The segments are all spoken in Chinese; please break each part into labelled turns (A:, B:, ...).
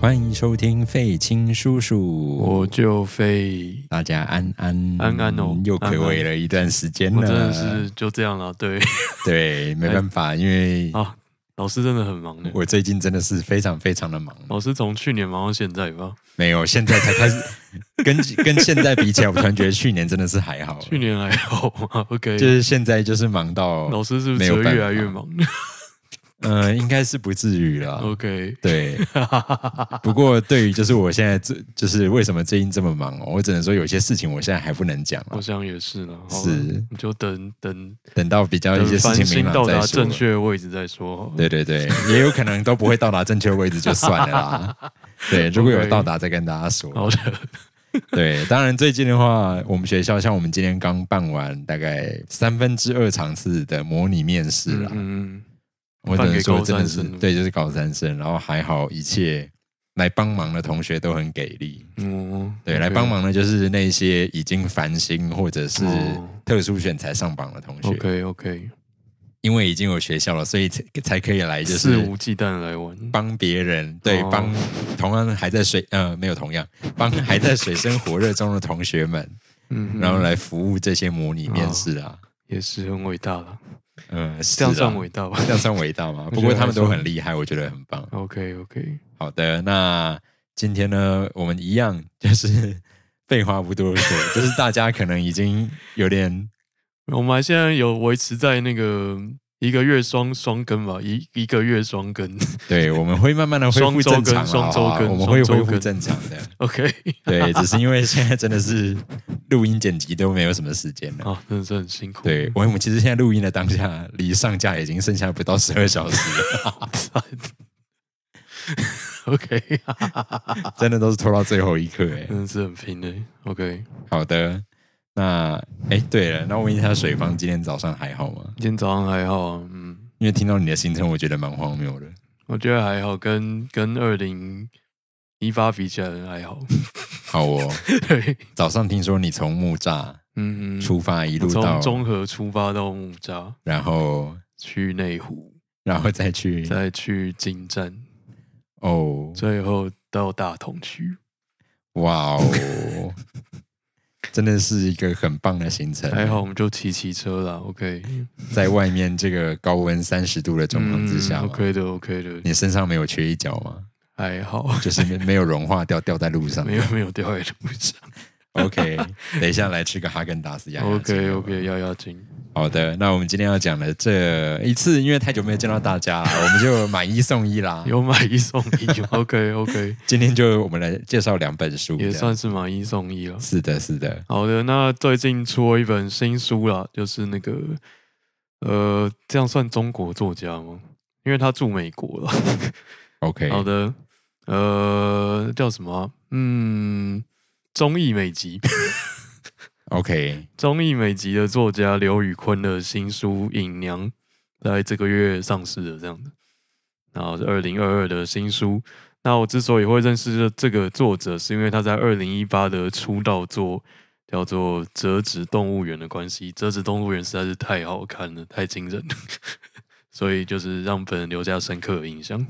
A: 欢迎收听费青叔叔，
B: 我就非
A: 大家安安
B: 安安哦
A: 又
B: 安安
A: 暌违了一段时间
B: 我
A: 了，
B: 真的是就这样
A: 嗯
B: 了。对
A: 对，没办法，因为
B: 啊，老师真的很忙呢。欸
A: 我最近真的是非常非常的忙，
B: 老师从去年忙到现在吧，
A: 没有，现在才开始， 跟跟现在比起来，我突然觉得去年真的是还好，
B: 去年还好吗？OK，
A: 哦就是现在就是忙到，
B: 老师是不
A: 没
B: 是
A: 有
B: 只
A: 办
B: 会
A: 法
B: 越来越忙
A: 呃，应该是不至于了。
B: ？OK，
A: 对，不过对于就是我现在最就是为什么最近这么忙哦，我只能说有些事情我现在还不能讲啊
B: 我，想也是呢。好了
A: 是，
B: 你就等等
A: 等到比较一些
B: 等
A: 事
B: 繁
A: 情明
B: 星
A: 朗
B: 到
A: 再
B: 达
A: 说
B: 正。确的位置再说。好了
A: 对对对，也有可能都不会到达正确位置就算了 啦。对，如果有
B: OK
A: 到达再跟大家说。
B: 好的，
A: 对，当然最近的话，我们学校像我们今天刚办完大概三分之二场次的模拟面试
B: 嗯
A: 啦，
B: 嗯，
A: 我只能说真的是
B: 办给高三生
A: 对，就是高三生，然后还好一切来帮忙的同学都很给力。
B: 嗯哦
A: 对，来
B: OK
A: 帮忙的就是那些已经繁星或者是
B: 哦
A: 特殊选才上榜的同学，
B: OK OK，
A: 因为已经有学校了，所以才才可以来就
B: 肆
A: 是
B: 无忌惮地来玩。
A: 帮别人，对，
B: 哦
A: 帮同样还在水呃没有同 样帮还在水深火热中的同学们，
B: 嗯，
A: 然后
B: 嗯
A: 来服务这些模拟面试啊，
B: 也是很伟大了，
A: 嗯，
B: 这样
A: 是啊
B: 算伟大吧
A: 这样算伟大吗？不过他们都很厉害，我觉得很棒。
B: ？OK OK，
A: 好的，那今天呢，我们一样就是 废话不多说，就是大家可能已经有 点
B: 我们还现在有维持在那个一个月双双更吧，一一个月双更。
A: 对，我们会慢慢的恢复
B: 双周
A: 正常啊，好不好
B: 更双周更
A: 我们会
B: 双
A: 恢
B: 周
A: 复
B: 更
A: 正常的。
B: OK，
A: 对，只是因为现在真的是录音剪辑都没有什么时间了。
B: 啊， 真的是很辛苦。
A: 哦对，我们其实现在录音的当下，离上架已经剩下不到十二小时 了，
B: 好惨。OK，
A: 真的都是拖到最后一刻哎。
B: 真的是很拼的。OK，
A: 好的，那哎，对了，那我问一下水方，今天早上还好吗？
B: 今天早上还好啊，嗯，
A: 因为听到你的行程，我觉得蛮荒谬的。
B: 我觉得还好，跟跟二零一八比起来还好。
A: 好 哦，
B: 对，
A: 早上听说你从木栅
B: 嗯，
A: 出发，一
B: 我
A: 路到
B: 从，中和出发到木栅，
A: 然后
B: 去内湖，
A: 然后再去
B: 再去金站，
A: 哦，
B: 最后到大同区。
A: 哇 哦，真的是一个很棒的行程。
B: 还好，我们就骑骑车啦。OK，
A: 在外面这个高温三十度的状况之下嘛、
B: 嗯、，OK 的，OK 的，
A: 你身上没有缺一角吗？
B: 还好，
A: 就是没没有融化掉，掉在路上。
B: 没有没有掉在路上。
A: OK，等一下来吃个哈根达斯压压惊
B: OK OK，压压惊。
A: 好的，那我们今天要讲的这一次，因为太久没有见到大 家，我们就买一送一啦。
B: 有买一送一 ，OK OK，
A: 今天就我们来介绍两本书，这
B: 也
A: 样
B: 算是买一送一了。
A: 是的，是的，
B: 好的，那最近出了一本新书啦，就是那个呃，这样算中国作家吗？因为他住美国了。
A: OK，
B: 好的，呃，叫什么啊、嗯，中译美籍。
A: OK，
B: 中译美籍的作家刘宇昆的新书《隐娘》在这个月上市的这样的，然后是二零二二的新书。那我之所以会认识这这个作者，是因为他在二零一八的出道作叫做《折纸动物园》的关系，《折纸动物园》实在是太好看了，太惊人了， 所以就是让本人留下深刻的印象。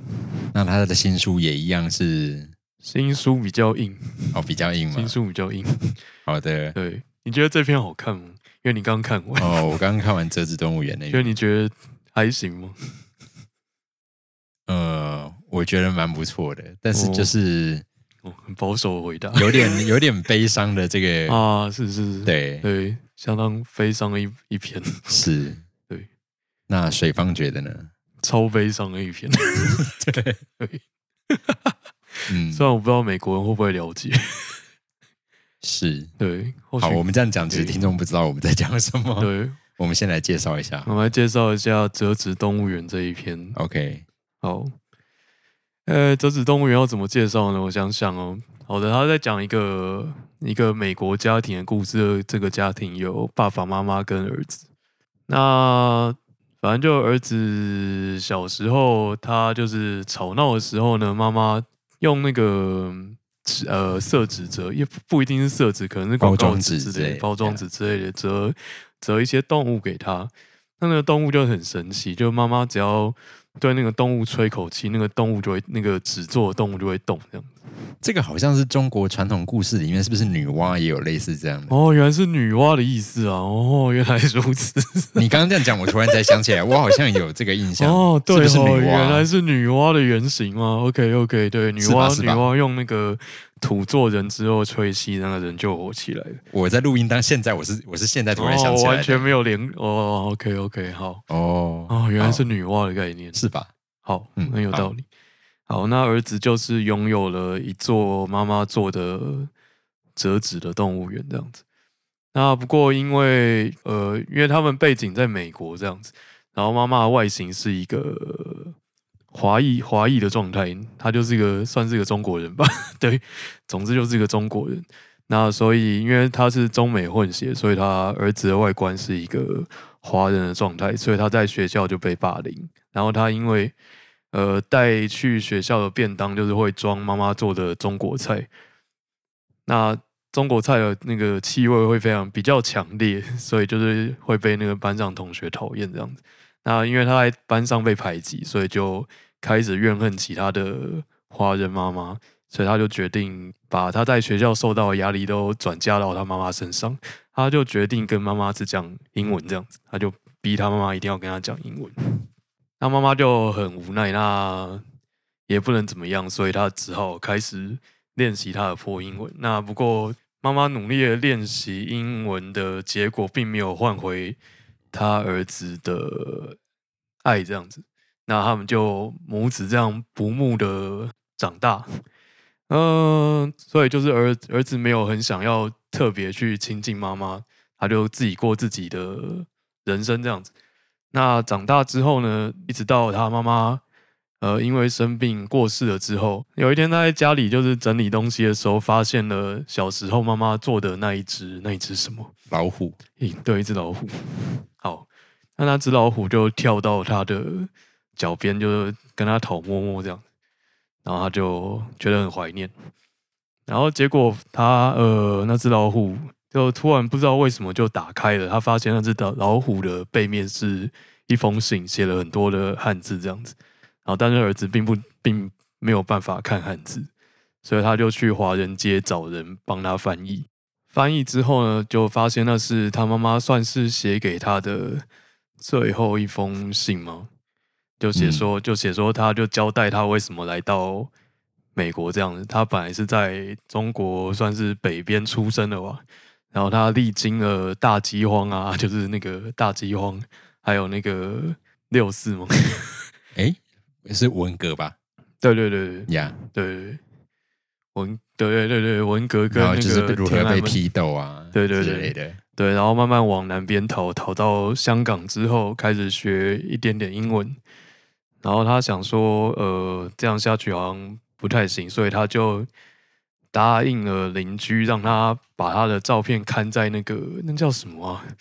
A: 那他的新书也一样是
B: 新书比较硬，
A: 哦比较硬嘛
B: 新。书比较硬。
A: 好的，
B: 对，你觉得这篇好看吗？因为你刚看完，
A: 哦，我刚刚看完《折纸动物园》那
B: 因为
A: 个，
B: 你觉得还行吗？
A: 呃，我觉得蛮不错的，但是
B: 哦
A: 就是。
B: 哦，很保守的回答
A: 有点有点悲伤的这 个，
B: 啊，是是是，
A: 对，
B: 对，相当悲伤的一一篇，
A: 是，
B: 对。
A: 那水方觉得呢？
B: 超悲伤的一篇。
A: 嗯，
B: 虽然我不知道美国人会不会了解，
A: 是。
B: 对，或许
A: 好，我们这样讲，其实
B: 对
A: 听众不知道我们在讲什么。
B: 对，
A: 我们先来介绍一下。
B: 我们来介绍一下《折纸动物园》这一篇。
A: OK，
B: 好，呃，《折纸动物园》要怎么介绍呢？我想想哦，好的，他在讲一个一个美国家庭的故事，这个家庭有爸爸妈妈跟儿子，那反正就儿子小时候，他就是吵闹的时候呢，妈妈用那个纸呃色纸折，也不不一定是色纸，可能是广
A: 包
B: 告
A: 装
B: 纸
A: 纸
B: 之
A: 之类
B: 类
A: 的
B: 的、包装纸之类的折折一些动物给他。那那个动物就很神奇，就妈妈只要对那个动物吹口气，那个动物就会那个纸做的动物就会动这样。
A: 这个好像是中国传统故事里面，是不是女娲也有类似这样的？
B: 哦，原来是女娲的意思啊！哦，原来如此。
A: 你刚刚这样讲，我突然才想 起来，我好像有这个印象。
B: 哦，对
A: 是不是
B: 哦，
A: 女娲啊
B: 原来是女娲的原型吗？OK OK，对，女
A: 是吧
B: 娲
A: 是
B: 女
A: 吧
B: 娲用那个土做人之后吹气，那个人就活起来了。
A: 我在录音，当现在我是我是现 在突然
B: 哦，
A: 想
B: 我
A: 起来
B: 完
A: 的
B: 全没有连哦，OK OK，好
A: 哦
B: 哦，原来
A: 好
B: 是女娲的概念，
A: 是吧？
B: 好，
A: 嗯
B: 很有
A: 好
B: 道理。好，那儿子就是拥有了一座妈妈做的折纸的动物园这样子。那不过因为呃，因为他们背景在美国这样子，然后妈妈的外形是一个呃华裔华裔的状态，她就是一个算是一个中国人吧， 对，总之就是一个中国人。那所以因为他是中美混血，所以他儿子的外观是一个华人的状态，所以他在学校就被霸凌。然后他因为呃带去学校的便当就是会装妈妈做的中国菜，那中国菜的那个气味会非常比较强烈， 所以就是会被那个班上同学讨厌这样子。那因为他在班上被排挤，所以就开始怨恨其他的华人妈妈，所以他就决定把他在学校受到的压力都转嫁到他妈妈身上。他就决定跟妈妈只讲英文这样子，他就逼他妈妈一定要跟他讲英文。那妈妈就很无奈，那也不能怎么样，所以她只好开始练习她的破英文。那不过妈妈努力的练习英文的结果，并没有换回她儿子的爱，这样子。那他们就母子这样不睦的长大，嗯、所以就是儿儿子没有很想要特别去亲近妈妈，他就自己过自己的人生这样子。那长大之后呢，一直到他妈妈呃因为生病过世了之后，有一天他在家里就是整理东西的时候，发现了小时候妈妈做的那一只那一只什么，
A: 老虎
B: 咦，对，一只老虎。好，那那只老虎就跳到他的脚边，就是跟他讨摸摸这样，然后他就觉得很怀念。然后结果他呃，那只老虎就突然不知道为什么就打开了，他发现那只老老虎的背面是一封信，写了很多的汉字这样子。然后但是儿子并不并没有办法看汉字，所以他就去华人街找人帮他翻译。翻译之后呢，就发现那是他妈妈算是写给他的最后一封信吗？就写说，就写说，他就交代他为什么来到美国这样子。他本来是在中国算是北边出生的吧，然后他历经了大饥荒啊， 就是那个大饥荒，还有那个六四嘛。
A: 是文革吧？
B: 对对对对
A: 呀、
B: 对，文对对对对文革跟
A: 然后
B: 那
A: 就是
B: 个
A: 如
B: 天
A: 何
B: 安
A: 被
B: 门
A: 批斗啊，
B: 对对
A: 之
B: 对
A: 类的。
B: 对，然后慢慢往南边逃，逃到香港之后，开始学一点点英文。然后他想说，呃，这样下去好像不太行，所以他就答应了邻居，让他把他的照片刊在那个那叫什么啊？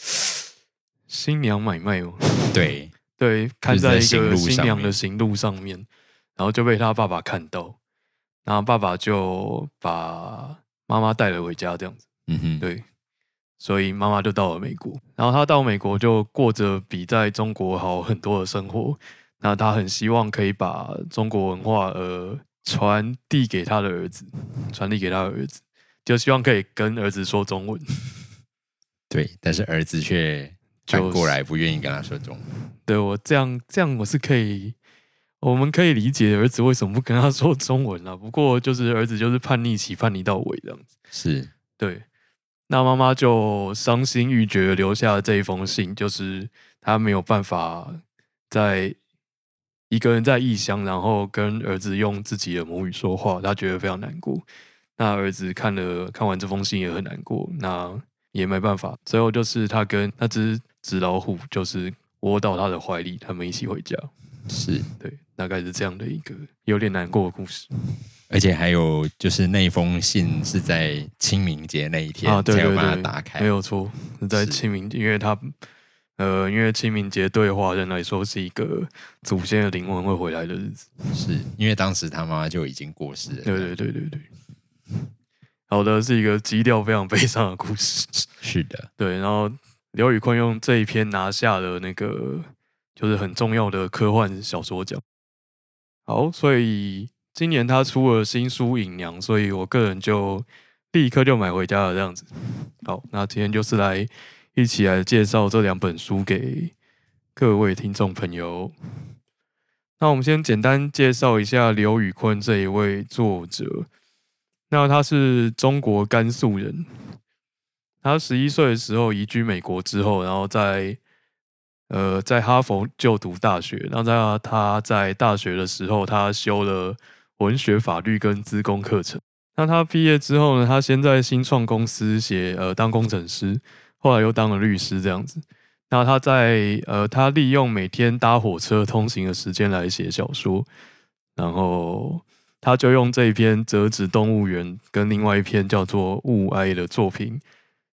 B: 新娘买卖哦，
A: 对，
B: 对，看
A: 就是
B: 在
A: 在
B: 一
A: 行
B: 个
A: 路
B: 新
A: 上
B: 娘的
A: 面
B: 行路上面，然后就被他爸爸看到，然后爸爸就把妈妈带了回家，这样子。
A: 嗯哼，
B: 对，所以妈妈就到了美国，然后她到美国就过着比在中国好很多的生活。那她很希望可以把中国文化呃传递给她的儿子，传递给她的儿子，就希望可以跟儿子说中文。
A: 对，但是儿子却反
B: 就是
A: 过来不愿意跟他说中文。
B: 对我这样这样我是可以，我们可以理解儿子为什么不跟他说中文啦、不过就是儿子就是叛逆期叛逆到尾这样子。
A: 是，
B: 对，那妈妈就伤心欲绝地留下了这一封信，就是她没有办法在一个人在异乡，然后跟儿子用自己的母语说话，她觉得非常难过。那儿子看了看完这封信也很难过，那也没办法，最后就是他跟那只纸老虎就是窝到他的怀里，他们一起回家。
A: 是，
B: 对，大概是这样的一个有点难过的故事。
A: 而且还有就是那封信是在清明节那一天
B: 啊，对
A: 才有
B: 对
A: 把它
B: 对，
A: 打开。
B: 没有错，是在
A: 是
B: 清明，因为他呃，因为清明节对华人来说是一个祖先的灵魂会回来的日子。
A: 是因为当时他妈妈就已经过世了。
B: 对对对对对，好的，是一个基调非常悲伤的故事。
A: 是的，
B: 对，然后刘宇昆用这一篇拿下了那个就是很重要的科幻小说奖。好，所以今年他出了新书《隐娘》，所以我个人就立刻就买回家了这样子。好，那今天就是来一起来介绍这两本书给各位听众朋友。那我们先简单介绍一下刘宇昆这一位作者。那他是中国甘肃人，他十一岁的时候移居美国之后，然后在呃在哈佛就读大学。那在他在大学的时候，他修了文学、法律跟资工课程。那他毕业之后呢，他先在新创公司写呃当工程师，后来又当了律师这样子。那他在呃他利用每天搭火车通行的时间来写小说，然后他就用这一篇《折纸动物园》跟另外一篇叫做《物哀》的作品，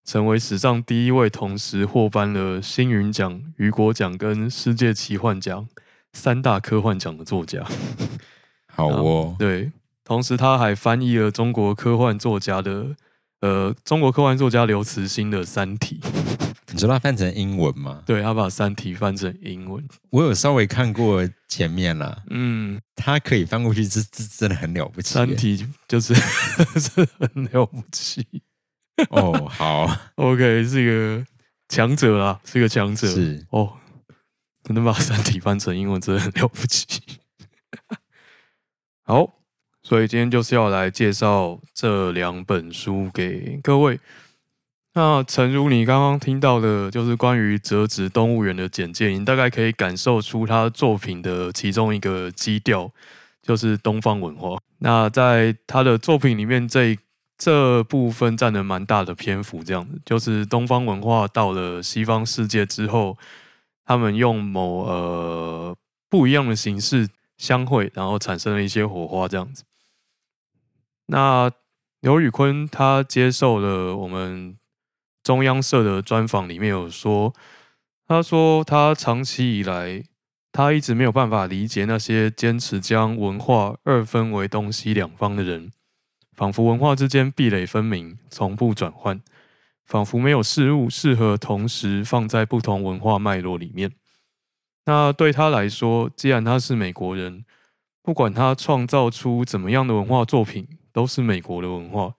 B: 成为史上第一位同时获颁了星云奖、雨果奖跟世界奇幻奖三大科幻奖的作家。
A: 好哦，
B: 对，同时他还翻译了中国科幻作家的呃中国科幻作家刘慈欣的《三体》，
A: 你说它翻成英文吗？
B: 对他把《三体》翻成英文。
A: 我有稍微看过前面啦，
B: 嗯，
A: 它可以翻过去，这这真的很了不起。
B: 三体就是 是很了不起。
A: 哦，好，
B: OK，是一个强者啦， 是一个强者。
A: 是
B: 哦，真的把三体翻成英文真的很了不起。好，所以今天就是要来介绍这两本书给各位。那诚如你刚刚听到的，就是关于折纸动物园的简介，你大概可以感受出他作品的其中一个基调，就是东方文化。那在他的作品里面，这一这部分占了蛮大的篇幅，这样子就是东方文化到了西方世界之后，他们用某呃不一样的形式相会，然后产生了一些火花，这样子。那刘宇昆他接受了我们中央社的专访，里面有说，他说他长期以来他一直没有办法理解那些坚持将文化二分为东西两方的人，仿佛文化之间壁垒分明，从不转换，仿佛没有事物适合同时放在不同文化脉络里面。那对他来说，既然他是美国人，不管他创造出怎么样的文化作品，都是美国的文化。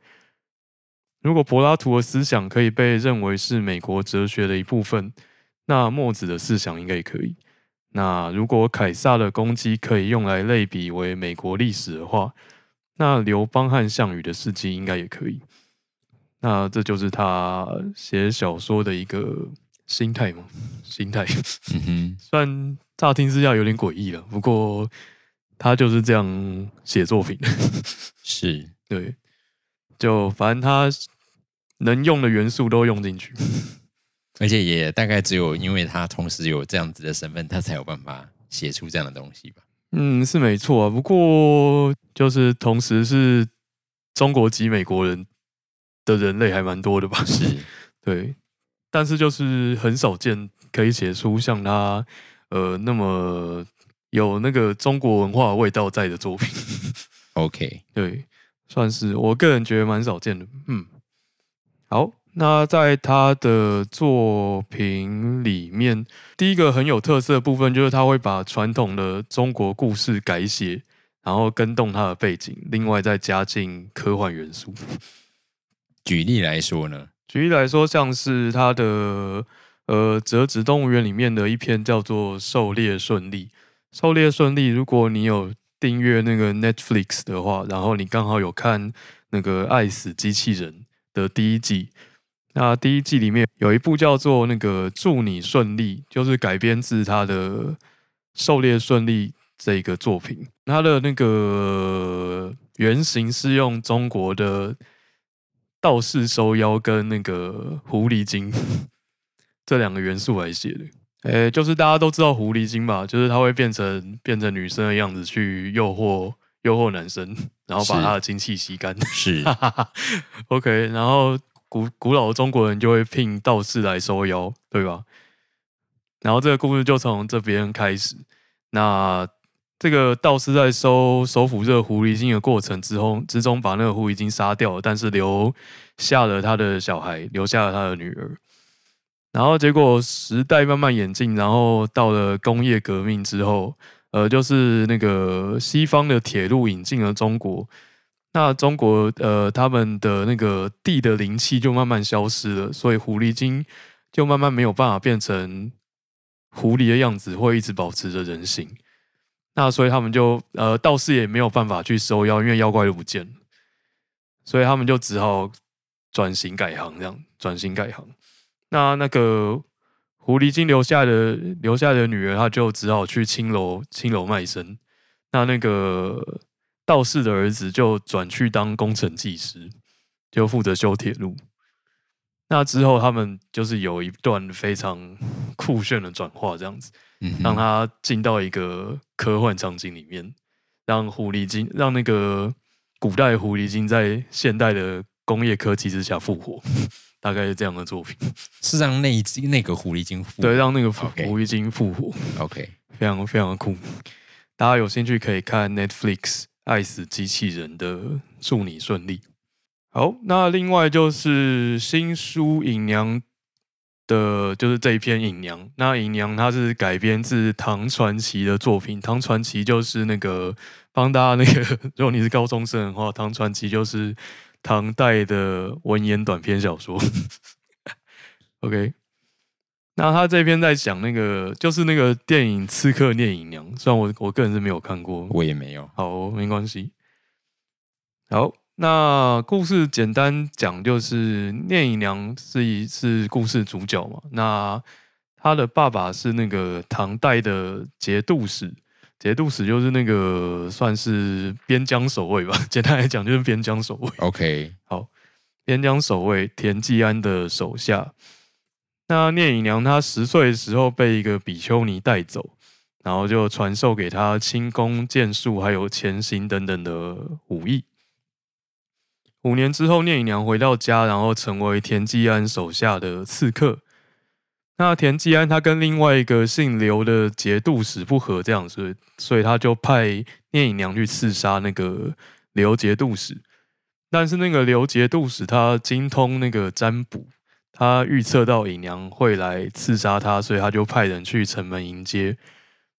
B: 如果柏拉图的思想可以被认为是美国哲学的一部分，那墨子的思想应该也可以。那如果凯撒的攻击可以用来类比为美国历史的话，那刘邦和项羽的事迹应该也可以。那这就是他写小说的一个心态嘛，心态。
A: 嗯哼，
B: 虽然乍听之下有点诡异了，不过他就是这样写作品的。
A: 是
B: 对，就反正他能用的元素都用进去。
A: 而且也大概只有因为他同时有这样子的身份，他才有办法写出这样的东西吧。
B: 嗯，是没错啊。不过就是同时是中国籍美国人的人类还蛮多的吧？
A: 是，
B: 对，但是就是很少见可以写出像他呃那么有那个中国文化味道在的作品。
A: OK，
B: 对，算是我个人觉得蛮少见的。嗯，好，那在他的作品里面，第一个很有特色的部分就是他会把传统的中国故事改写，然后跟动它的背景，另外再加进科幻元素。
A: 举例来说呢，
B: 举例来说，像是他的呃《折纸动物园》里面的一篇叫做《狩猎顺利》。狩猎顺利，如果你有订阅那个 Netflix 的话，然后你刚好有看那个《爱死机器人》的第一季，那第一季里面有一部叫做那个《祝你顺利》，就是改编自他的《狩猎顺利》这个作品。它的那个原型是用中国的道士收妖跟那个狐狸精 这两个元素来写的。诶、就是大家都知道狐狸精吧，就是它会变成变成女生的样子去诱惑诱惑男生，然后把
A: 是
B: 他的精气吸干。
A: 是
B: OK，然后古古老的中国人就会聘道士来收妖，对吧？然后这个故事就从这边开始。那这个道士在收收服这个狐狸精的过程之后，之中把那个狐狸精杀掉了，但是留下了他的小孩，留下了他的女儿。然后结果时代慢慢演进，然后到了工业革命之后，呃，就是那个西方的铁路引进了中国，那中国呃他们的那个地的灵气就慢慢消失了，所以狐狸精就慢慢没有办法变成狐狸的样子，会一直保持着人形。那所以他们就呃道士也没有办法去收妖，因为妖怪都不见了，所以他们就只好转型改行，这样转型改行。那那个狐狸精留下的留下的女儿，她就只好去青楼青楼卖身。那那个道士的儿子就转去当工程技师，就负责修铁路。那之后，他们就是有一段非常酷炫的转化，这样子
A: 嗯哼，
B: 让他进到一个科幻场景里面，让狐狸精，让那个古代狐狸精在现代的工业科技之下复活， 大概是这样的作品。
A: 是让那一只那个狐狸精付
B: 对，让那个狐
A: OK
B: 狐狸精复活，
A: OK
B: 非常非常酷。大家有兴趣可以看 Netflix《爱死机器人》的，祝你顺利。好，那另外就是新书《影娘》的，就是这一篇《影娘》。那《影娘》它是改编自唐传奇的作品，唐传奇就是那个帮大家那个， 如果你是高中生的话，唐传奇就是唐代的文言短篇小说。OK，那他这篇在讲那个，就是那个电影《刺客聂隐娘》，虽然我我个人是没有看过，
A: 我也没有，
B: 好，没关系。好，那故事简单讲，就是聂隐娘是一是故事主角嘛。那她的爸爸是那个唐代的节度使，节度使就是那个算是边疆守卫吧， 简单来讲就是边疆守卫。
A: OK，
B: 边疆守卫田季安的手下。那聂隐娘她十岁的时候被一个比丘尼带走，然后就传授给她轻功、剑术还有潜行等等的武艺。五年之后，聂隐娘回到家，然后成为田季安手下的刺客。那田季安他跟另外一个姓刘的节度使不和，这样所以所以他就派聂隐娘去刺杀那个刘节度使。但是那个刘节度使他精通那个占卜，他预测到隐娘会来刺杀他，所以他就派人去城门迎接。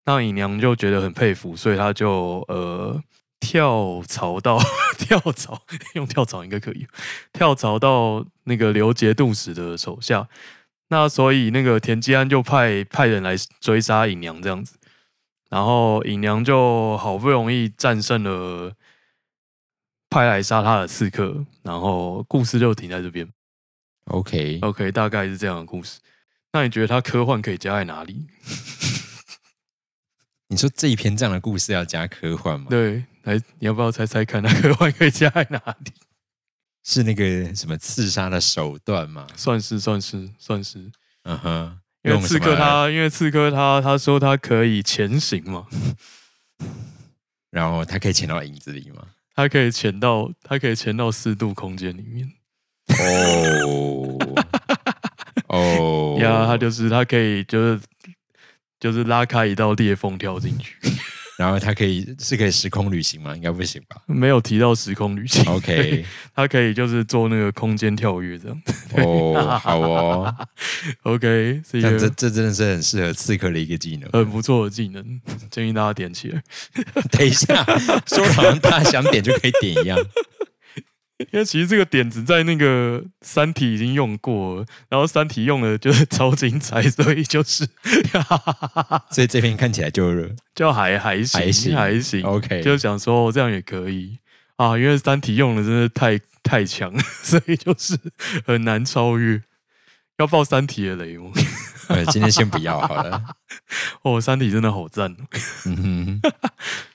B: 那隐娘就觉得很佩服，所以他就呃跳槽到 跳槽，用跳槽应该可以，跳槽到那个刘节度使的手下。那所以那个田季安就派派人来追杀隐娘这样子，然后隐娘就好不容易战胜了派来杀他的刺客，然后故事就停在这边。
A: OK，
B: OK，大概是这样的故事。那你觉得它科幻可以加在哪里？
A: 你说这一篇这样的故事要加科幻吗？
B: 对，来，你要不要猜猜看，它科幻可以加在哪里？
A: 是那个什么刺杀的手段吗？
B: 算是，算是，算是。
A: 嗯哼，
B: 因为
A: 用什
B: 刺
A: 么
B: 客他，因为刺客他，他说他可以潜行嘛，
A: 然后他可以潜到影子里 吗？
B: 他可以潜到，他可以潜到四度空间里面。
A: 哦哦
B: 呀、他就是他可以，就是就是拉开一道裂缝跳进去。
A: 然后他可以是可以时空旅行吗？应该不行吧
B: 没有提到时空旅行
A: ？OK，
B: 他可以就是做那个空间跳跃这样。
A: 哦，好哦，
B: OK，是一
A: 这样这
B: 个
A: 这真的是很适合刺客的一个技能。
B: 很不错的技能，建议大家点起来。
A: 等一下，说得好像大家想点就可以点一样。
B: 因为其实这个点子在那个《三体》已经用过了，然后《三体》用的就是 超精彩，所以就是
A: 所以这篇看起来就
B: 就还还行
A: 还行
B: 还行
A: OK，
B: 就想说哦这样也可以啊，因为《三体》用的真的太太强了， 所以就是很难超越。要爆《三体》的雷吗？
A: 呃，今天先不要好了。
B: 哦，《三体》真的好赞哦！
A: 嗯哼，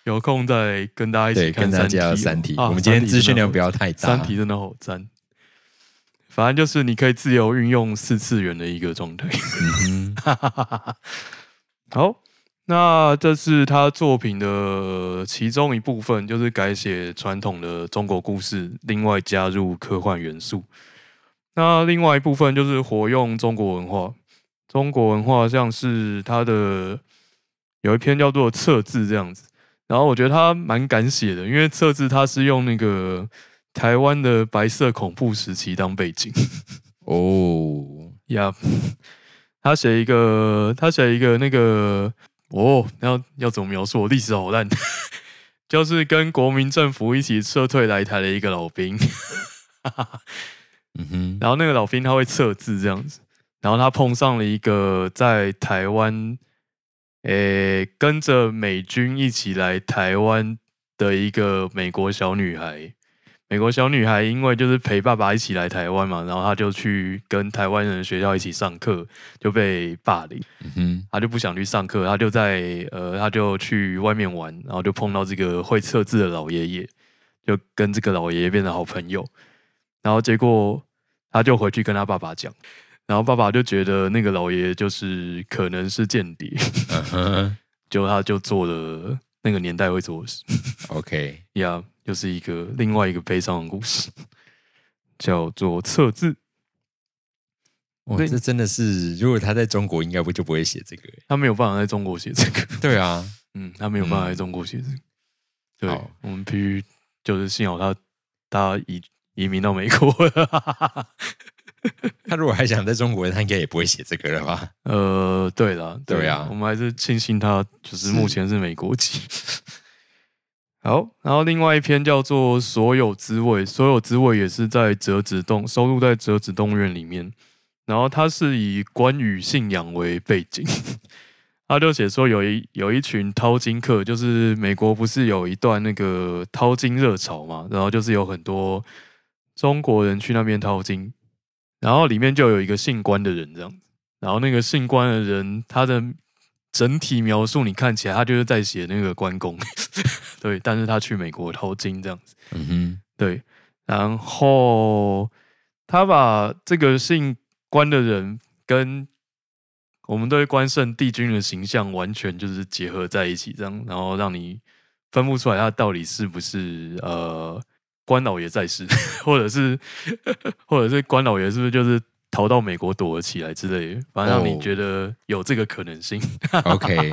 B: 有空再跟大家一起
A: 对，
B: 看
A: 跟大
B: 三体
A: 家
B: 哦、
A: 要三体。
B: 啊
A: 我们今天
B: 三体
A: 资讯
B: 真的
A: 量
B: 好
A: 不要太大。
B: 三体真的好赞。反正就是你可以自由运用四次元的一个状态。
A: 嗯哼，
B: 好，那这是他作品的其中一部分，就是改写传统的中国故事，另外加入科幻元素。那另外一部分就是活用中国文化。中国文化像是他的有一篇叫做《测字》这样子，然后我觉得他蛮敢写的，因为《测字》它是用那个台湾的白色恐怖时期当背景。
A: 哦，
B: 呀、 他写一个，他写一个那个哦，要要怎么描述？我历史好烂， 就是跟国民政府一起撤退来台的一个老兵，
A: 嗯哼，
B: 然后那个老兵他会测字这样子，然后他碰上了一个在台湾，诶、跟着美军一起来台湾的一个美国小女孩。美国小女孩因为就是陪爸爸一起来台湾嘛，然后她就去跟台湾人的学校一起上课，就被霸凌。
A: 嗯哼，
B: 他就不想去上课，他就在呃，他就去外面玩，然后就碰到这个会测字的老爷爷，就跟这个老爷爷变成好朋友。然后结果他就回去跟他爸爸讲，然后爸爸就觉得那个老爷爷就是可能是间谍，
A: 嗯哼
B: 就他就做了那个年代会做的事
A: ，OK，
B: 呀就是一个另外一个悲伤的故事，叫做测字。
A: 哇，
B: 对
A: 这真的是，如果他在中国，应该不就不会写这个欸？
B: 他没有办法在中国写这个。
A: 对啊，
B: 嗯，他没有办法在中国写字。对
A: 好，
B: 我们必须就是幸好他他移移民到美国了。
A: 他如果还想在中国，他应该也不会写这个了吧？
B: 呃，对了，
A: 对啊
B: 我们还是庆幸他就是
A: 是
B: 目前是美国籍。 好，然后另外一篇叫做《所有滋味》，《所有滋味》也是在折纸洞收录在折纸洞院里面，然后它是以关羽信仰为背景。 他就写说有一有一群淘金客，就是美国不是有一段那个淘金热潮嘛，然后就是有很多中国人去那边淘金，然后里面就有一个姓关的人这样子，然后那个姓关的人他的整体描述你看起来他就是在写那个关公， 对，但是他去美国淘金这样子，
A: 嗯哼，
B: 对，然后他把这个姓关的人跟我们对关圣帝君的形象完全就是结合在一起，这样，然后让你分不出来他到底是不是呃关老爷在世， 或者是或者是关老爷是不是就是逃到美国躲了起来之类的，反正让你
A: 哦
B: 觉得有这个可能性。
A: 嗯 ，OK，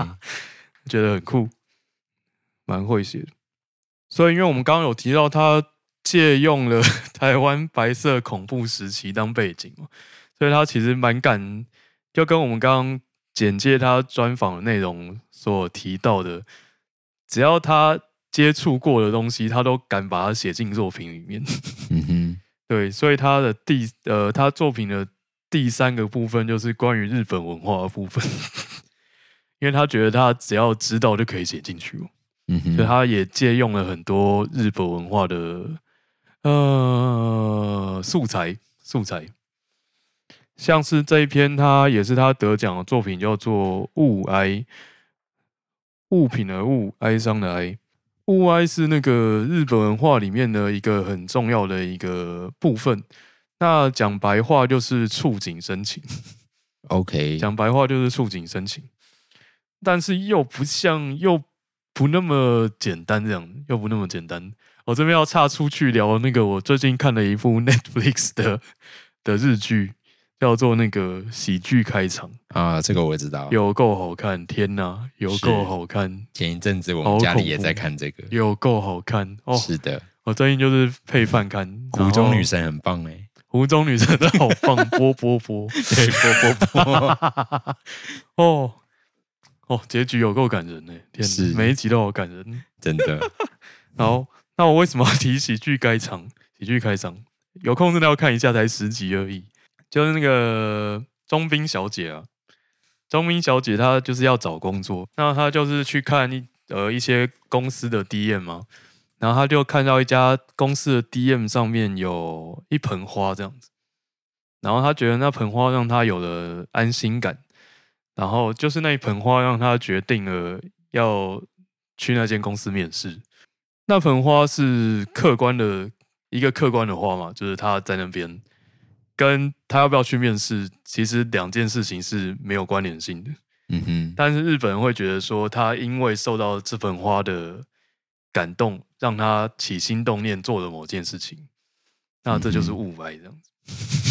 B: 觉得很酷，蛮会写的。所以，因为我们刚刚有提到，他借用了 台湾白色恐怖时期当背景嘛，所以他其实蛮敢，就跟我们刚刚简介他专访的内容所提到的，只要他接触过的东西，他都敢把它写进作品里面。
A: 嗯哼，
B: 对，所以他的第呃，他作品的第三个部分就是关于日本文化的部分， 因为他觉得他只要知道就可以写进去哦嘛，
A: 嗯
B: 所
A: 哼，
B: 以他也借用了很多日本文化的呃素材素材，像是这一篇，他也是他得奖的作品，叫做《物哀》，物品的物，哀伤的哀。物哀是那个日本文化里面的一个很重要的一个部分。那讲白话就是触景生情。
A: ，OK，
B: 讲白话就是触景生情，但是又不像，又不那么简单，这样又不那么简单。我这边要岔出去聊那个，我最近看了一部 Netflix 的的日剧，叫做那个喜剧开场，
A: 啊，这个我知道。
B: 有够好看，天哪，有够好看，
A: 前一阵子我
B: 好
A: 们家
B: 恐
A: 里也
B: 怖
A: 在看这个，
B: 有够好看哦！
A: 是的，
B: 我最近就是配饭看，
A: 湖中女
B: 神，
A: 神很棒哎，
B: 湖中女神真的好棒，波波波，
A: 对，波波波，
B: 哦哦，结局有够感人呢！天
A: 是
B: 哪，每一集都好感人。
A: 真的，
B: 好，那我为什么要提喜剧开场？喜剧开场有空真的要看一下，才十集而已。就是那个钟冰小姐啊，钟冰小姐她就是要找工作，那她就是去看一呃一些公司的 DM 嘛，然后她就看到一家公司的 DM 上面有一盆花这样子，然后她觉得那盆花让她有了安心感，然后就是那一盆花让她决定了要去那间公司面试。那盆花是客观的一个客观的花嘛，就是他在那边跟他要不要去面试，其实两件事情是没有关联性的。
A: 嗯哼，
B: 但是日本人会觉得说，他因为受到这盆花的感动，让他起心动念做了某件事情，那这就是
A: 嗯
B: 物哀这样子。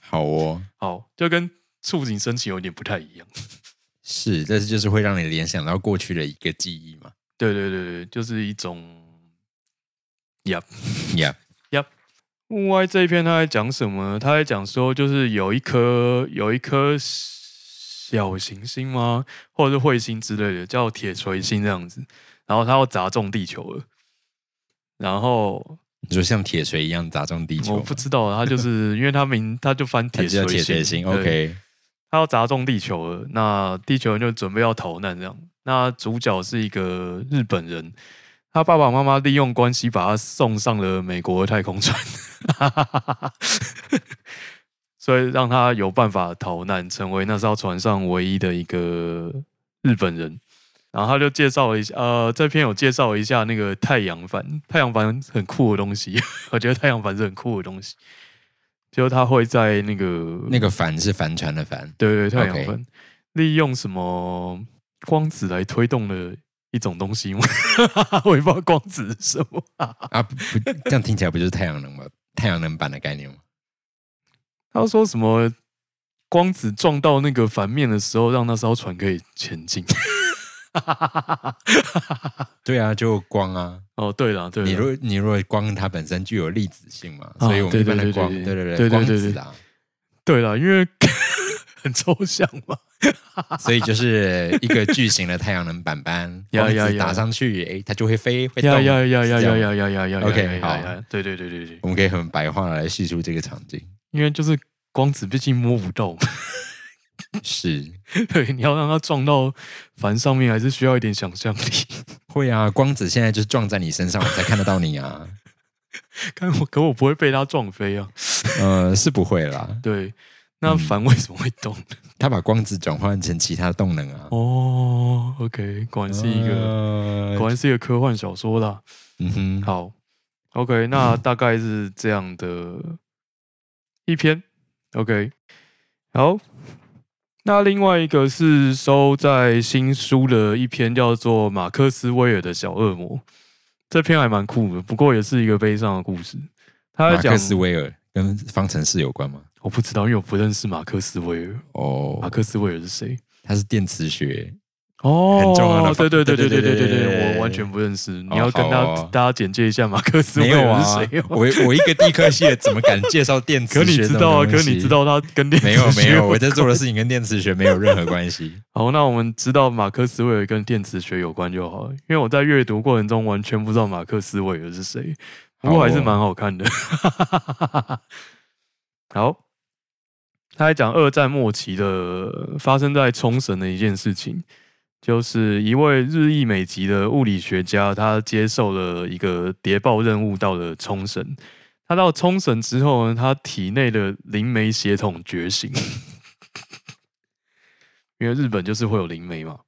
A: 好哦，
B: 好，就跟触景生情有点不太一样。
A: 是，但是就是会让你联想到过去的一个记忆嘛
B: 对对对对，就是一种，yep。
A: ，Yeah，
B: 物哀这一篇他在讲什么呢？他在讲说，就是有一颗有一颗小行星吗，或者是彗星之类的，叫铁锤星这样子。然后它要砸中地球了，然后
A: 你说像铁锤一样砸中地
B: 我
A: 球吗，
B: 不知道，它就是因为它名它就翻
A: 它
B: 铁
A: 就叫
B: 锤
A: 铁锤
B: 星
A: 星。
B: 对
A: OK，
B: 他要砸中地球了，那地球人就准备要逃难这样。那主角是一个日本人，他爸爸妈妈利用关系把他送上了美国太空船，所以让他有办法逃难，成为那艘船上唯一的一个日本人。然后他就介绍了一下，呃，这篇有介绍一下那个太阳帆，太阳帆很酷的东西， 我觉得太阳帆是很酷的东西，就是它会在那个
A: 那个帆是帆船的帆，
B: 对对，太阳
A: OK
B: 分利用什么光子来推动的一种东西吗？ 我也不知道光子是什么，
A: 啊，不不这样听起来不就是太阳能吗？太阳能板的概念吗？
B: 他说什么光子撞到那个帆面的时候，让那艘船可以前进。
A: 对啊，就光啊。
B: 哦，对了，对
A: 你
B: 了，
A: 若你若光它本身具有粒子性嘛，
B: 啊
A: 所以我们
B: 对
A: 一般
B: 对
A: 的
B: 对
A: 光，
B: 对
A: 对对
B: 对对
A: 光
B: 对
A: 子
B: 对
A: 啊，
B: 对了，因为 很抽象嘛。
A: 所以就是一个巨型的太阳能板板，
B: 呀
A: 光
B: 呀
A: 子
B: 呀
A: 打上去，哎，它就会飞会动。
B: 呀呀呀呀
A: 是这
B: 呀
A: 样
B: 呀呀呀呀
A: ，OK，
B: 呀呀
A: 好
B: 呀对对对对对，
A: 我们可以很白话来叙述这个场景，
B: 因为就是光子毕竟摸不到 嘛，
A: 是
B: 对，你要让它撞到帆上面，还是需要一点想象力。
A: 会啊，光子现在就是撞在你身上，我才看得到你啊。
B: 看我，可我不会被它撞飞啊。
A: 呃，是不会啦，
B: 对，那
A: 嗯
B: 帆为什么会动？
A: 它把光子转换成其他动能啊，
B: 哦，OK，果然是一个，
A: 呃
B: 果然是一个科幻小说啦。
A: 嗯哼，
B: 好，OK，那大概是这样的一篇。OK，好，那另外一个是收在新书的一篇，叫做《马克思威尔的小恶魔》。这篇还蛮酷的，不过也是一个悲伤的故事。他
A: 马
B: 在讲
A: 克，思威尔跟方程式有关吗？
B: 我不知道，因为我不认识马克思威尔。
A: 哦
B: 马，克思威尔是谁？
A: 它是电磁学，
B: 哦，
A: 很重要的方
B: 对对对对
A: 对
B: 对对
A: 对
B: 对
A: 对
B: 对，
A: 对
B: 我完全不认识。你要跟
A: 好
B: 大
A: 哦
B: 大家简介一下马克思
A: 没
B: 威
A: 有
B: 尔
A: 啊
B: 是谁哦？
A: 我我一个地科系的怎么敢介绍电
B: 可
A: 磁
B: 你
A: 学？
B: 知道啊，可你知。道他跟电
A: 没有
B: 子学
A: 没有，我
B: 关
A: 在做的事情跟电磁学没有任何关系。
B: 好，那我们知道马克思威尔跟电磁学有关就好了，因为我在阅读过程中完全不知道马克思威尔是谁，不
A: 好
B: 过
A: 哦
B: 还是蛮好看的。好，他还讲二战末期的发生在冲绳的一件事情，就是一位日裔美籍的物理学家，他接受了一个谍报任务到了冲绳。他到冲绳之后呢，他体内的灵媒血统觉醒，因为日本就是会有灵媒嘛，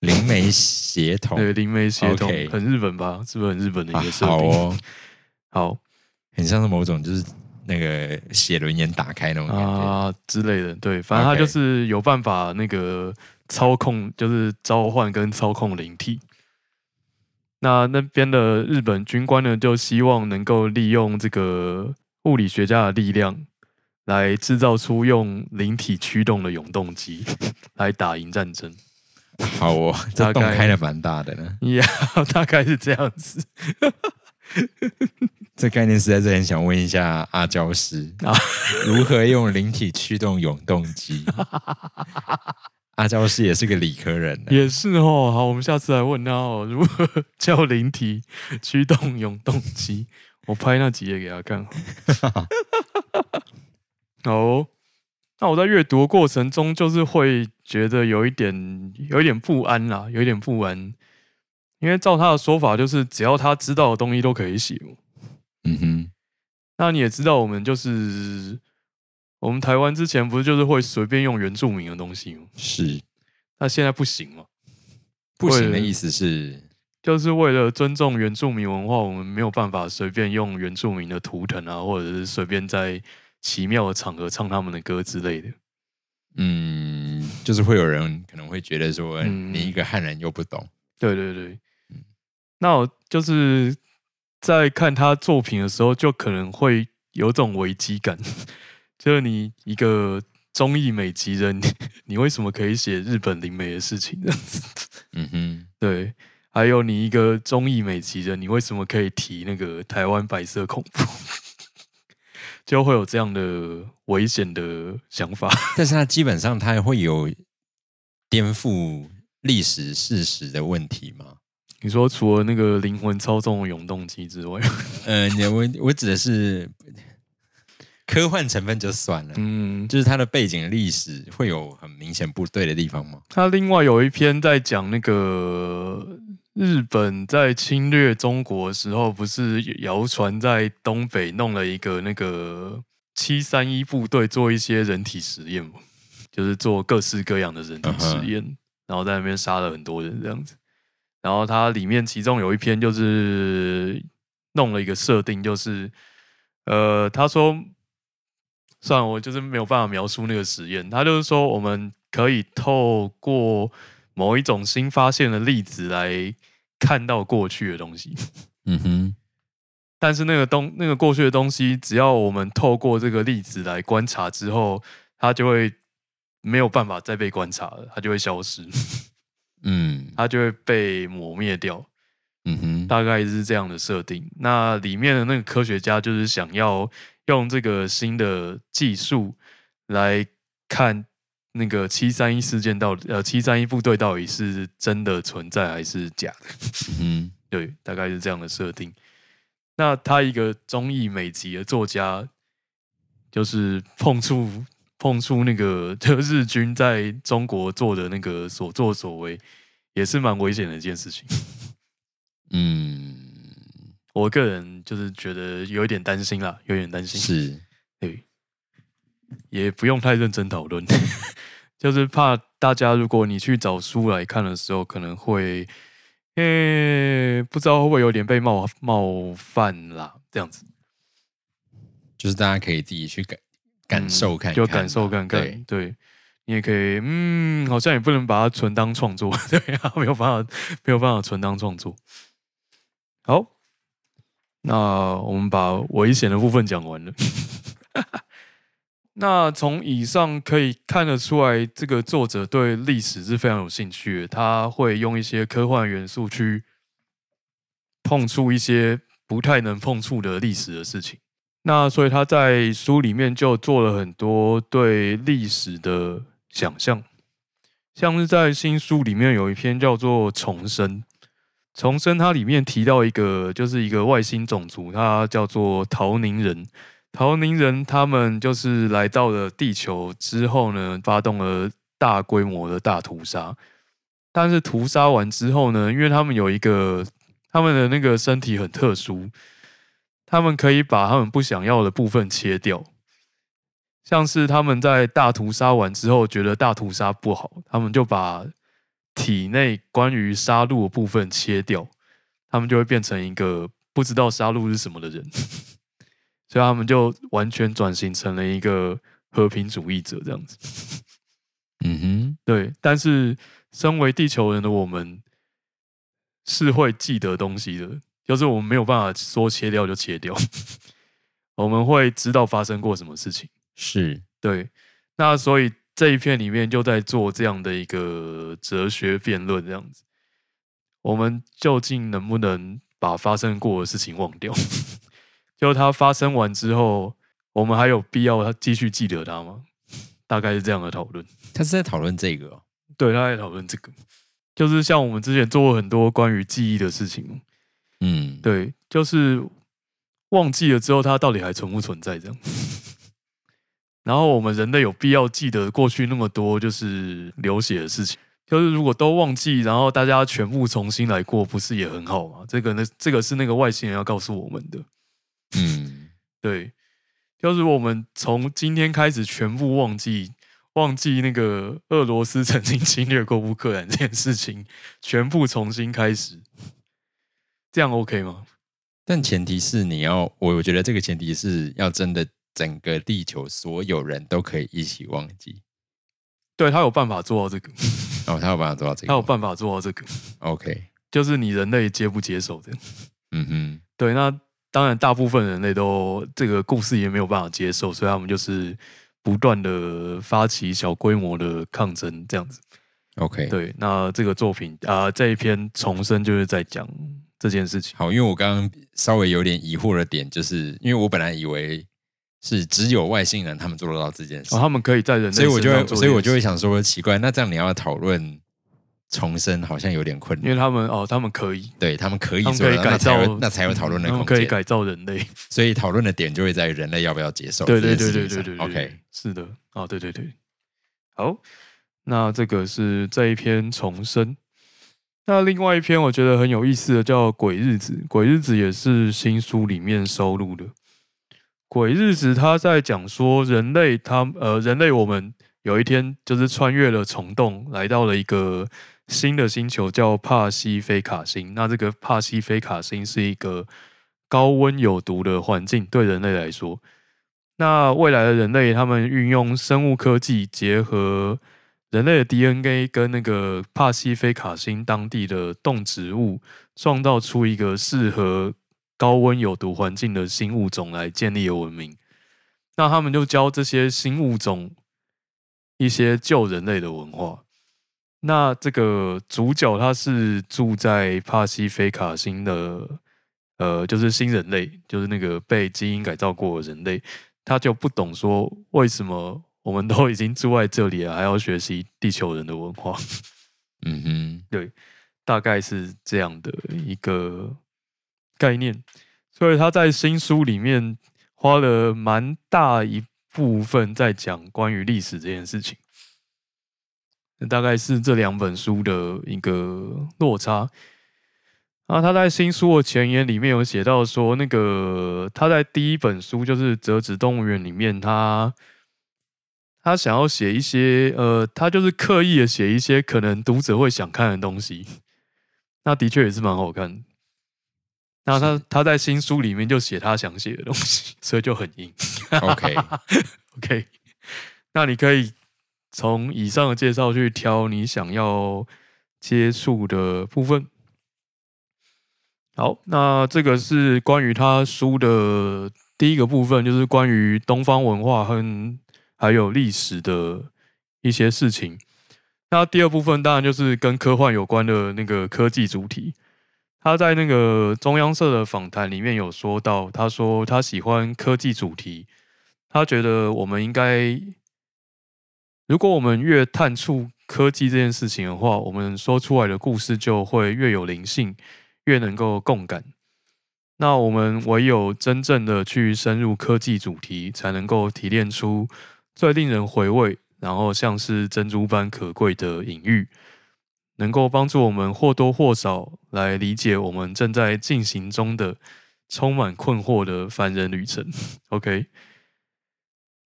A: 灵媒协同
B: 对，灵媒血统
A: OK
B: 很日本吧？是不是很日本的一
A: 啊
B: 个设定？
A: 好哦，
B: 好
A: 很像是某种就是那个写轮眼打开那种感觉。
B: 啊之类的，对，反正他
A: OK
B: 就是有办法那个操控，就是召唤跟操控灵体。那那边的日本军官呢，就希望能够利用这个物理学家的力量，来制造出用灵体驱动的永动机， 来打赢战争。
A: 好哦，
B: 大
A: 这洞
B: 概
A: 开的蛮大的呢。
B: 呀、大概是这样子。
A: 这概念实在是很想问一下阿娇师
B: 啊
A: 如何用灵体驱动永动 机？阿娇师也是个理科人啊呢，
B: 也是哦，好，我们下次来问他哦，如何 叫灵体驱动永动机？我拍那集也给他看好。好哦，那我在阅读的过程中，就是会觉得有一点有一点不安啦，有一点不安，因为照他的说法，就是只要他知道的东西都可以写嘛。
A: 嗯哼，
B: 那你也知道，我们就是我们台湾之前不是就是会随便用原住民的东西吗？
A: 是
B: 那现在不行嘛？
A: 不行的
B: 会
A: 意思是
B: 就是为了尊重原住民文化，我们没有办法随便用原住民的图腾啊，或者是随便在奇妙的场合唱他们的歌之类的。
A: 嗯，就是会有人可能会觉得说，
B: 嗯
A: 你一个汉人又不懂，
B: 对对对
A: 嗯，
B: 那我就是在看他作品的时候，就可能会有种危机感， 就是你一个中裔美籍人， 你你为什么可以写日本灵媒的事情 这样子？
A: 嗯哼，
B: 对，还有你一个中裔美籍人，你为什么可以提那个台湾白色恐怖？ 就会有这样的危险的想法。
A: 但是他基本上他会有颠覆历史事实的问题吗？
B: 你说除了那个灵魂操纵的永动机之外，
A: 呃，你我我指的是科幻成分就算了，
B: 嗯，
A: 就是它的背景历史会有很明显不对的地方吗？
B: 他另外有一篇在讲那个日本在侵略中国的时候，不是谣传在东北弄了一个那个七三一部队做一些人体实验嘛，就是做各式各样的人体实验然后在那边杀了很多人这样子。然后它里面其中有一篇就是弄了一个设定，就是呃，他说，算了，我就是没有办法描述那个实验。他就是说，我们可以透过某一种新发现的粒子来看到过去的东西，
A: 嗯哼，
B: 但是那个东那个过去的东西，只要我们透过这个粒子来观察之后，它就会没有办法再被观察了，它就会消失，
A: 嗯
B: 它就会被抹灭掉。
A: 嗯哼，
B: 大概是这样的设定。那里面的那个科学家就是想要用这个新的技术来看那个七三一事件到底，呃，七三一部队到底是真的存在还是假的？
A: 嗯哼，
B: 对，大概是这样的设定。那他一个中意美籍的作家，就是碰触碰触那个就日军在中国做的那个所作所为，也是蛮危险的一件事情。
A: 嗯，
B: 我个人就是觉得有一点担心啦，有点担心，
A: 是，
B: 对，也不用太认真讨论， 就是怕大家如果你去找书来看的时候，可能会，诶、不知道会不会有点被冒冒犯啦，这样子
A: 就是大家可以自己去感感受看看
B: 就
A: 嘛，
B: 嗯感受看看，
A: 对
B: 对。你也可以，嗯，好像也不能把它纯当创作， 对啊，没有办法，没有办法纯当创作。好，那我们把危险的部分讲完了。 那从以上可以看得出来，这个作者对历史是非常有兴趣的，他会用一些科幻元素去碰触一些不太能碰触的历史的事情。那所以他在书里面就做了很多对历史的想象，像是在新书里面有一篇叫做《重生》，《重生》它里面提到一个就是一个外星种族，它叫做陶宁人。陶宁人他们就是来到了地球之后呢，发动了大规模的大屠杀。但是屠杀完之后呢，因为他们有一个他们的那个身体很特殊，他们可以把他们不想要的部分切掉。像是他们在大屠杀完之后，觉得大屠杀不好，他们就把体内关于杀戮的部分切掉，他们就会变成一个不知道杀戮是什么的人， 所以他们就完全转型成了一个和平主义者这样子。
A: 嗯哼，
B: 对，但是身为地球人的我们是会记得东西的，就是我们没有办法说切掉就切掉， 我们会知道发生过什么事情。
A: 是，
B: 对，那所以这一篇里面就在做这样的一个哲学辩论，这样子，我们究竟能不能把发生过的事情忘掉？ 就它发生完之后，我们还有必要它继续记得它吗？ 大概是这样的讨论。
A: 他是在讨论这个、哦，
B: 对，他在讨论这个，就是像我们之前做过很多关于记忆的事情，
A: 嗯，
B: 对，就是忘记了之后，它到底还存不存在这样。 然后我们人类有必要记得过去那么多就是流血的事情，就是如果都忘记，然后大家全部重新来过，不是也很好吗？这个呢，这个是那个外星人要告诉我们的，
A: 嗯，
B: 对，就是我们从今天开始全部忘记忘记那个俄罗斯曾经侵略过乌克兰这件事情，全部重新开始，这样 OK 吗？
A: 但前提是你要，我我觉得这个前提是要真的整个地球所有人都可以一起忘记，
B: 对他有办法做到这个，
A: 然、后他有办法做到这个
B: 他有
A: 吗，
B: 办法做到这个，
A: OK，
B: 就是你人类接不接受这样。
A: 嗯哼，
B: 对，那当然大部分人类都这个故事也没有办法接受，所以他们就是不断的发起小规模的抗争这样子。
A: OK，
B: 对，那这个作品啊、呃这一篇重生就是在讲这件事情。
A: 好，因为我刚刚稍微有点疑惑的点，就是因为我本来以为是只有外星人他们做得到这件事
B: 哦，，他们可以在人类
A: 所以我就
B: 身上
A: 会，
B: 做
A: 所以我就会
B: 这件
A: 想
B: 事，
A: 说，奇怪，那这样你要讨论重生，好像有点困
B: 因
A: 难。
B: 为他们哦，他们可以，
A: 对他们可以
B: 他们
A: 做
B: 可以
A: 得到，
B: 改
A: 那才
B: 造
A: 有，那才有讨论的
B: 他
A: 空
B: 们可以
A: 间。
B: 改造人类，
A: 所以讨论的点就会在于人类要不要接受
B: 对
A: 这
B: 对
A: 件事
B: 对对
A: 情
B: 对
A: 上。
B: 对
A: OK，
B: 是的，啊，对对对，好，那这个是这一篇重生。那另外一篇我觉得很有意思的叫《鬼日子》，《鬼日子》也是新书里面收录的。《鬼日子》他在讲说人类他呃人类我们有一天就是穿越了虫洞，来到了一个新的星球叫帕西菲卡星。那这个帕西菲卡星是一个高温有毒的环境，对人类来说，那未来的人类，他们运用生物科技，结合人类的 DNA 跟那个帕西菲卡星当地的动植物，创造出一个适合高温有毒环境的新物种来建立了文明。那他们就教这些新物种一些旧人类的文化。那这个主角他是住在帕西菲卡星的，呃，就是新人类，就是那个被基因改造过的人类。他就不懂说为什么我们都已经住在这里了，还要学习地球人的文化，
A: 嗯哼，
B: 大概是这样的一个概念。所以他在新书里面花了蛮大一部分在讲关于历史这件事情，大概是这两本书的一个落差。然后他在新书的前言里面有写到说，那个他在第一本书就是《折纸动物园》里面，他他想要写一些呃，他就是刻意的写一些可能读者会想看的东西。那的确也是蛮好看的。那他他在新书里面就写他想写的东西， 所以就很硬。
A: OK，
B: OK，那你可以从以上的介绍去挑你想要接触的部分。好，那这个是关于他书的第一个部分，就是关于东方文化和还有历史的一些事情。那第二部分当然就是跟科幻有关的那个科技主题。他在那个中央社的访谈里面有说到，他说他喜欢科技主题，他觉得我们应该，如果我们越探触科技这件事情的话，我们说出来的故事就会越有灵性，越能够共感。那我们唯有真正的去深入科技主题，才能够提炼出最令人回味，然后像是珍珠般可贵的隐喻，能够帮助我们或多或少来理解我们正在进行中的充满困惑的凡人旅程。OK。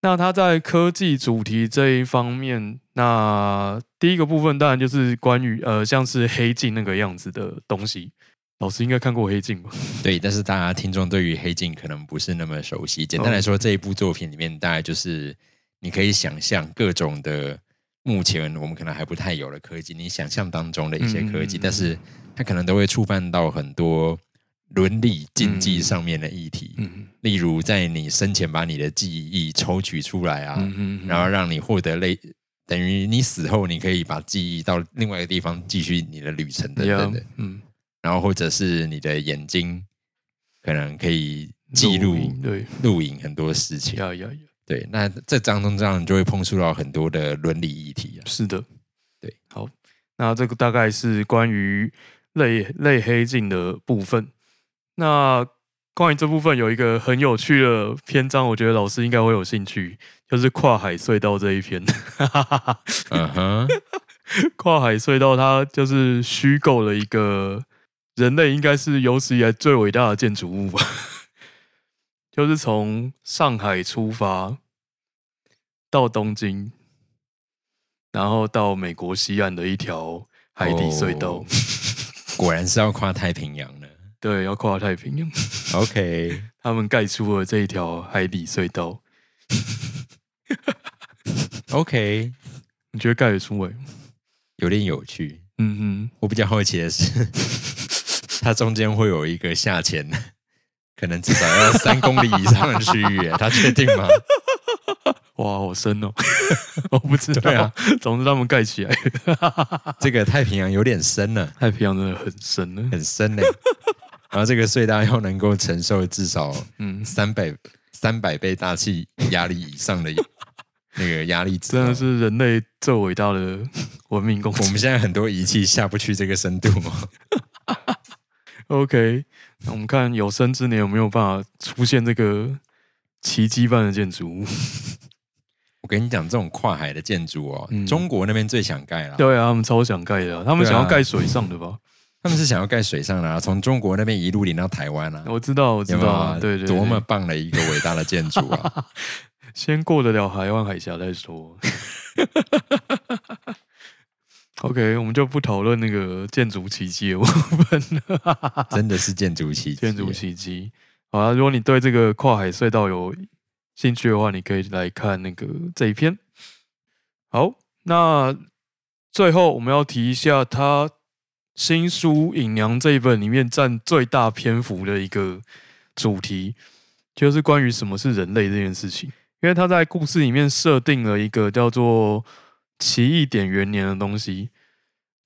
B: 那他在科技主题这一方面，那第一个部分当然就是关于呃，像是黑镜那个样子的东西。老师应该看过黑镜吧？
A: 对，但是大家听众对于黑镜可能不是那么熟悉。
B: 哦
A: 简单来说，这一部作品里面大概就是你可以想象各种的目前我们可能还不太有的科技，你想象当中的一些科技，
B: 嗯嗯嗯
A: 但是它可能都会触犯到很多伦理禁忌上面的议题，
B: 嗯
A: 例如在你生前把你的记忆抽取出来啊，
B: 嗯
A: 然后让你获得类。等于你死后，你可以把记忆到另外一个地方继续你的旅程等等的。
B: 嗯，
A: 然后或者是你的眼睛可能可以记录
B: 影嗯对
A: 录影很多事情。
B: 呀呀呀，
A: 对，那这当中这样你就会碰触到很多的伦理议 题啊。
B: 是的，
A: 对，
B: 好，那这个大概是关于类类黑镜的部分。那关于这部分有一个很有趣的篇章，我觉得老师应该会有兴趣，就是跨海隧道这一篇。
A: 嗯哼，
B: 跨海隧道，它就是虚构了一个人类应该是有史以来最伟大的建筑物吧， 就是从上海出发到东京，然后到美国西岸的一条海底隧道，
A: 哦果然是要跨太平洋的。
B: 对，要跨太平洋，
A: OK，
B: 他们盖出了这一条海底隧道，
A: OK，
B: 你觉得盖得出来吗？
A: 有点有趣。
B: 嗯
A: 我比较好奇的是，它中间会有一个下潜，可能至少要三公里以上的区域耶，啊它确定吗？
B: 哼，哇，好深哦， 我不知道，
A: 对啊
B: 总之他们盖起来，
A: 这个太平洋有点深了。
B: 太平洋真的很深呢，
A: 很深呢、然后这个隧道要能够承受至少
B: 嗯。
A: 三百三百倍大气压力以上的那个压力值，
B: 真的。是人类最伟大 的啊文明工
A: 我
B: 程。
A: 们现在很多仪器下不去这个深度哦嘛，
B: OK，那我们看有生之年有没有办法出现这个奇迹般的建筑 物？
A: 我跟你讲，这种跨海的建筑哦，
B: 嗯
A: 中国那边最想盖了。
B: 对啊，他们超想盖的啊、他们
A: 对啊
B: 想要盖水上的吧？
A: 他们是想要盖水上啦、从中国那边一路淋到台湾啦、啊，
B: 我知道，哦我知
A: 有没有
B: 道
A: 啊
B: 啊，对对对，
A: 多么棒的一个伟大的建筑 啊！
B: 先过得了海湾海峡再 说。OK，我们就不讨论那个建筑奇迹的部分了。
A: 真的是建筑奇迹，
B: 建筑奇迹，好啊了，如果你对这个跨海隧道有兴趣的话，你可以来看那个这一篇。好，那最后我们要提一下他新书《隐娘》这一本里面占最大篇幅的一个主题，就是关于什么是人类这件事情。因为他在故事里面设定了一个叫做奇异点元年的东西，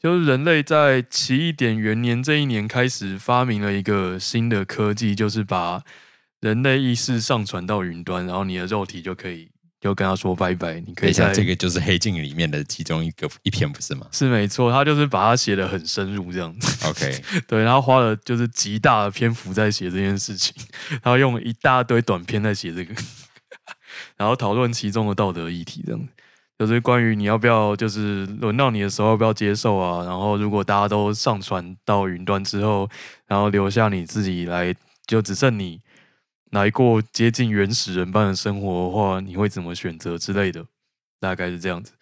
B: 就是人类在奇异点元年这一年开始发明了一个新的科技，就是把人类意识上传到云端，然后你的肉体就可以就跟他说拜拜，你可
A: 等
B: 以
A: 一下，
B: 在
A: 这个就是《黑镜》里面的其中一个一篇，不是吗
B: 是没错，他就是把它写的很深入这样子。
A: ？OK，
B: 对，然后花了就是极大的篇幅在写这件事情，然后用了一大堆短篇在写这个， 然后讨论其中的道德议题，这样就是关于你要不要，就是轮到你的时候要不要接受啊，然后如果大家都上传到云端之后，然后留下你自己来，就只剩你来过接近原始人般的生活的话，你会怎么选择之类的，大概是这样子。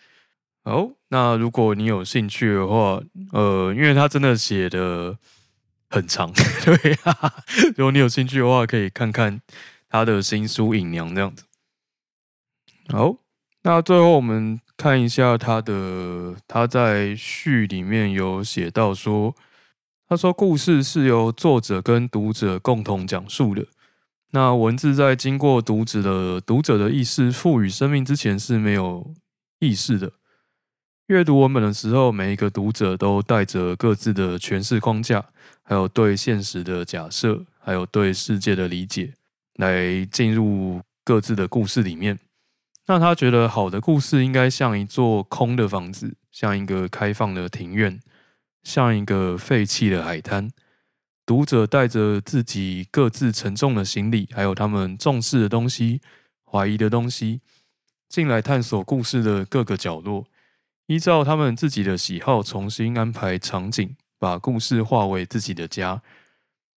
B: 好，哦那如果你有兴趣的话，呃，因为他真的写的很长， 对啊。如果你有兴趣的话，可以看看他的新书《隐娘》这样子。好，那最后我们看一下他的，他在序里面有写到说，他说故事是由作者跟读者共同讲述的。那文字在经过读者的读者的意识赋予生命之前是没有意识的。阅读文本的时候，每一个读者都带着各自的诠释框架，还有对现实的假设，还有对世界的理解，来进入各自的故事里面。那他觉得好的故事应该像一座空的房子，像一个开放的庭院，像一个废弃的海滩。读者带着自己各自沉重的行李，还有他们重视的东西、怀疑的东西，进来探索故事的各个角落。依照他们自己的喜好重新安排场景，把故事化为自己的家。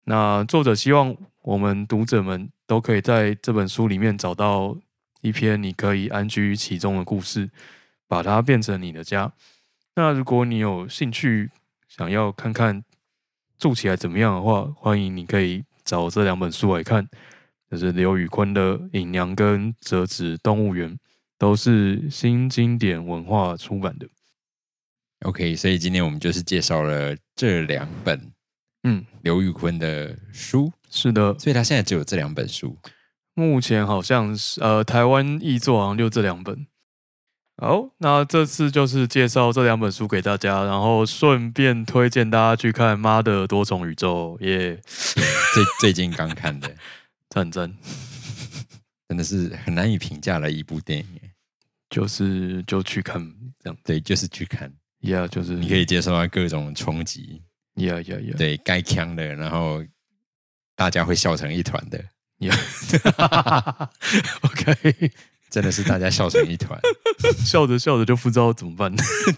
B: 那作者希望我们读者们都可以在这本书里面找到一篇你可以安居其中的故事，把它变成你的家。那如果你有兴趣想要看看住起来怎么样的话，欢迎你可以找这两本书来看，就是刘宇昆的《隐娘》跟《折纸动物园》。都是新经典文化出版的。
A: OK，所以今天我们就是介绍了这两本
B: 嗯，
A: 刘宇昆的书，
B: 是的，
A: 所以他现在只有这两本书。
B: 目前好像是呃，台湾译作好像就这两本。好，那这次就是介绍这两本书给大家，然后顺便推荐大家去看《妈的多重宇宙》，耶，
A: 最最近刚看的，
B: 赞赞，
A: 真的是很难以评价的一部电影耶。
B: 就是就去看这样，
A: 对，就是去看，
B: 呀、yeah,，就是
A: 你可以接受到各种冲击，
B: 呀呀呀，
A: 对该呛的，然后大家会笑成一团的，
B: 呀 ，OK，
A: 真的是大家笑成一团。
B: 笑着笑着就不知道怎么办，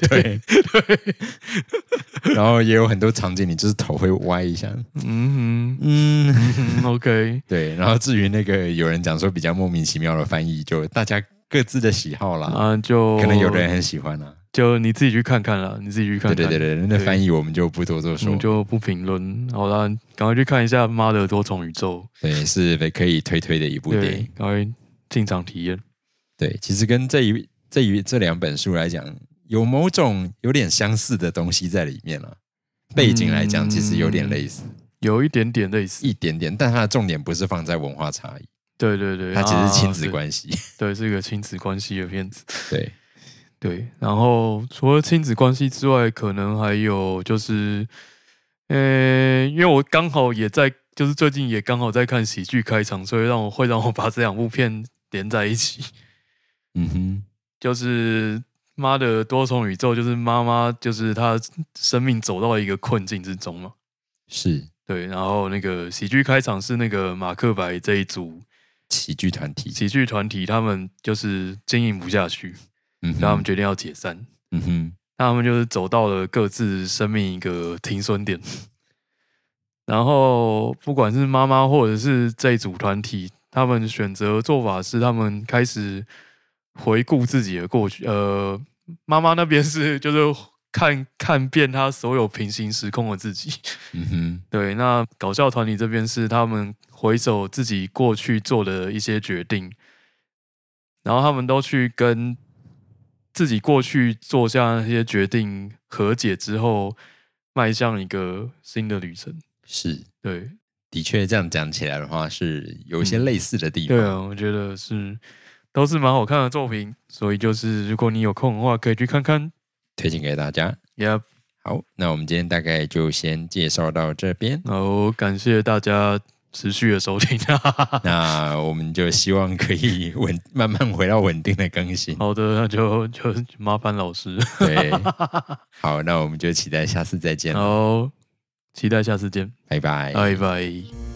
A: 对 对，然后也有很多场景，你就是头会歪一下。
B: 嗯
A: 嗯，
B: 哼嗯哼，OK，
A: 对。然后至于那个有人讲说比较莫名其妙的翻译，就大家各自的喜好啦，
B: 啊，就
A: 可能有的人很喜欢啦。
B: 就你自己去看看啦，你自己去看
A: 对
B: 看。
A: 对对对，那翻译我们就不多做
B: 我
A: 说
B: 们。就不评论。好啦，赶快去看一下《妈的多重宇宙
A: 对，是可以推推的一》，部电
B: 对
A: 影。，
B: 赶快进场体验。
A: 对，其实跟这一这一这两本书来讲，有某种有点相似的东西在里面了。背景来讲，其实有
B: 嗯
A: 点类似，
B: 有一点点类似，
A: 一点点，但它的重点不是放在文化差异，
B: 对对对，
A: 它其实是亲
B: 啊
A: 子关系。
B: 对，对，是一个亲子关系的片子。
A: 对，
B: 对，然后除了亲子关系之外，可能还有就是，呃，因为我刚好也在就是最近也刚好在看喜剧开场，所以让我会让我把这两部片连在一起。
A: 嗯哼，
B: 就是妈的多重宇宙，就是妈妈，就是她生命走到一个困境之中嘛。
A: 是
B: 对，然后那个喜剧开场是那个马克白这一组
A: 喜剧团体，
B: 喜剧团体，他们就是经营不下去，
A: 嗯哼，
B: 然后他们决定要解散。
A: 嗯哼，
B: 那他们就是走到了各自生命一个停损点。 然后，不管是妈妈或者是这一组团体，他们选择做法是，他们开始回顾自己的过去。呃，妈妈那边是就是看看遍她所有平行时空的自己。
A: 嗯哼，
B: 对，那搞笑团体这边是他们回首自己过去做的一些决定，然后他们都去跟自己过去做下那些决定和解之后，迈向一个新的旅程。
A: 是
B: 对，
A: 的确这样讲起来的话，是有一些类似的地方。
B: 嗯对啊，我觉得是都是蛮好看的作品，所以就是如果你有空的话，可以去看看。
A: 推荐给大家。
B: Yep，。
A: 好，那我们今天大概就先介绍到这边
B: 然后感谢大家持续的收听。
A: 那我们就希望可以稳慢慢回到稳定的更 新。
B: 好的，那就就麻烦老师。
A: 对，好，那我们就期待下次再见了，
B: 好，期待下次见，
A: 拜拜。
B: 拜拜。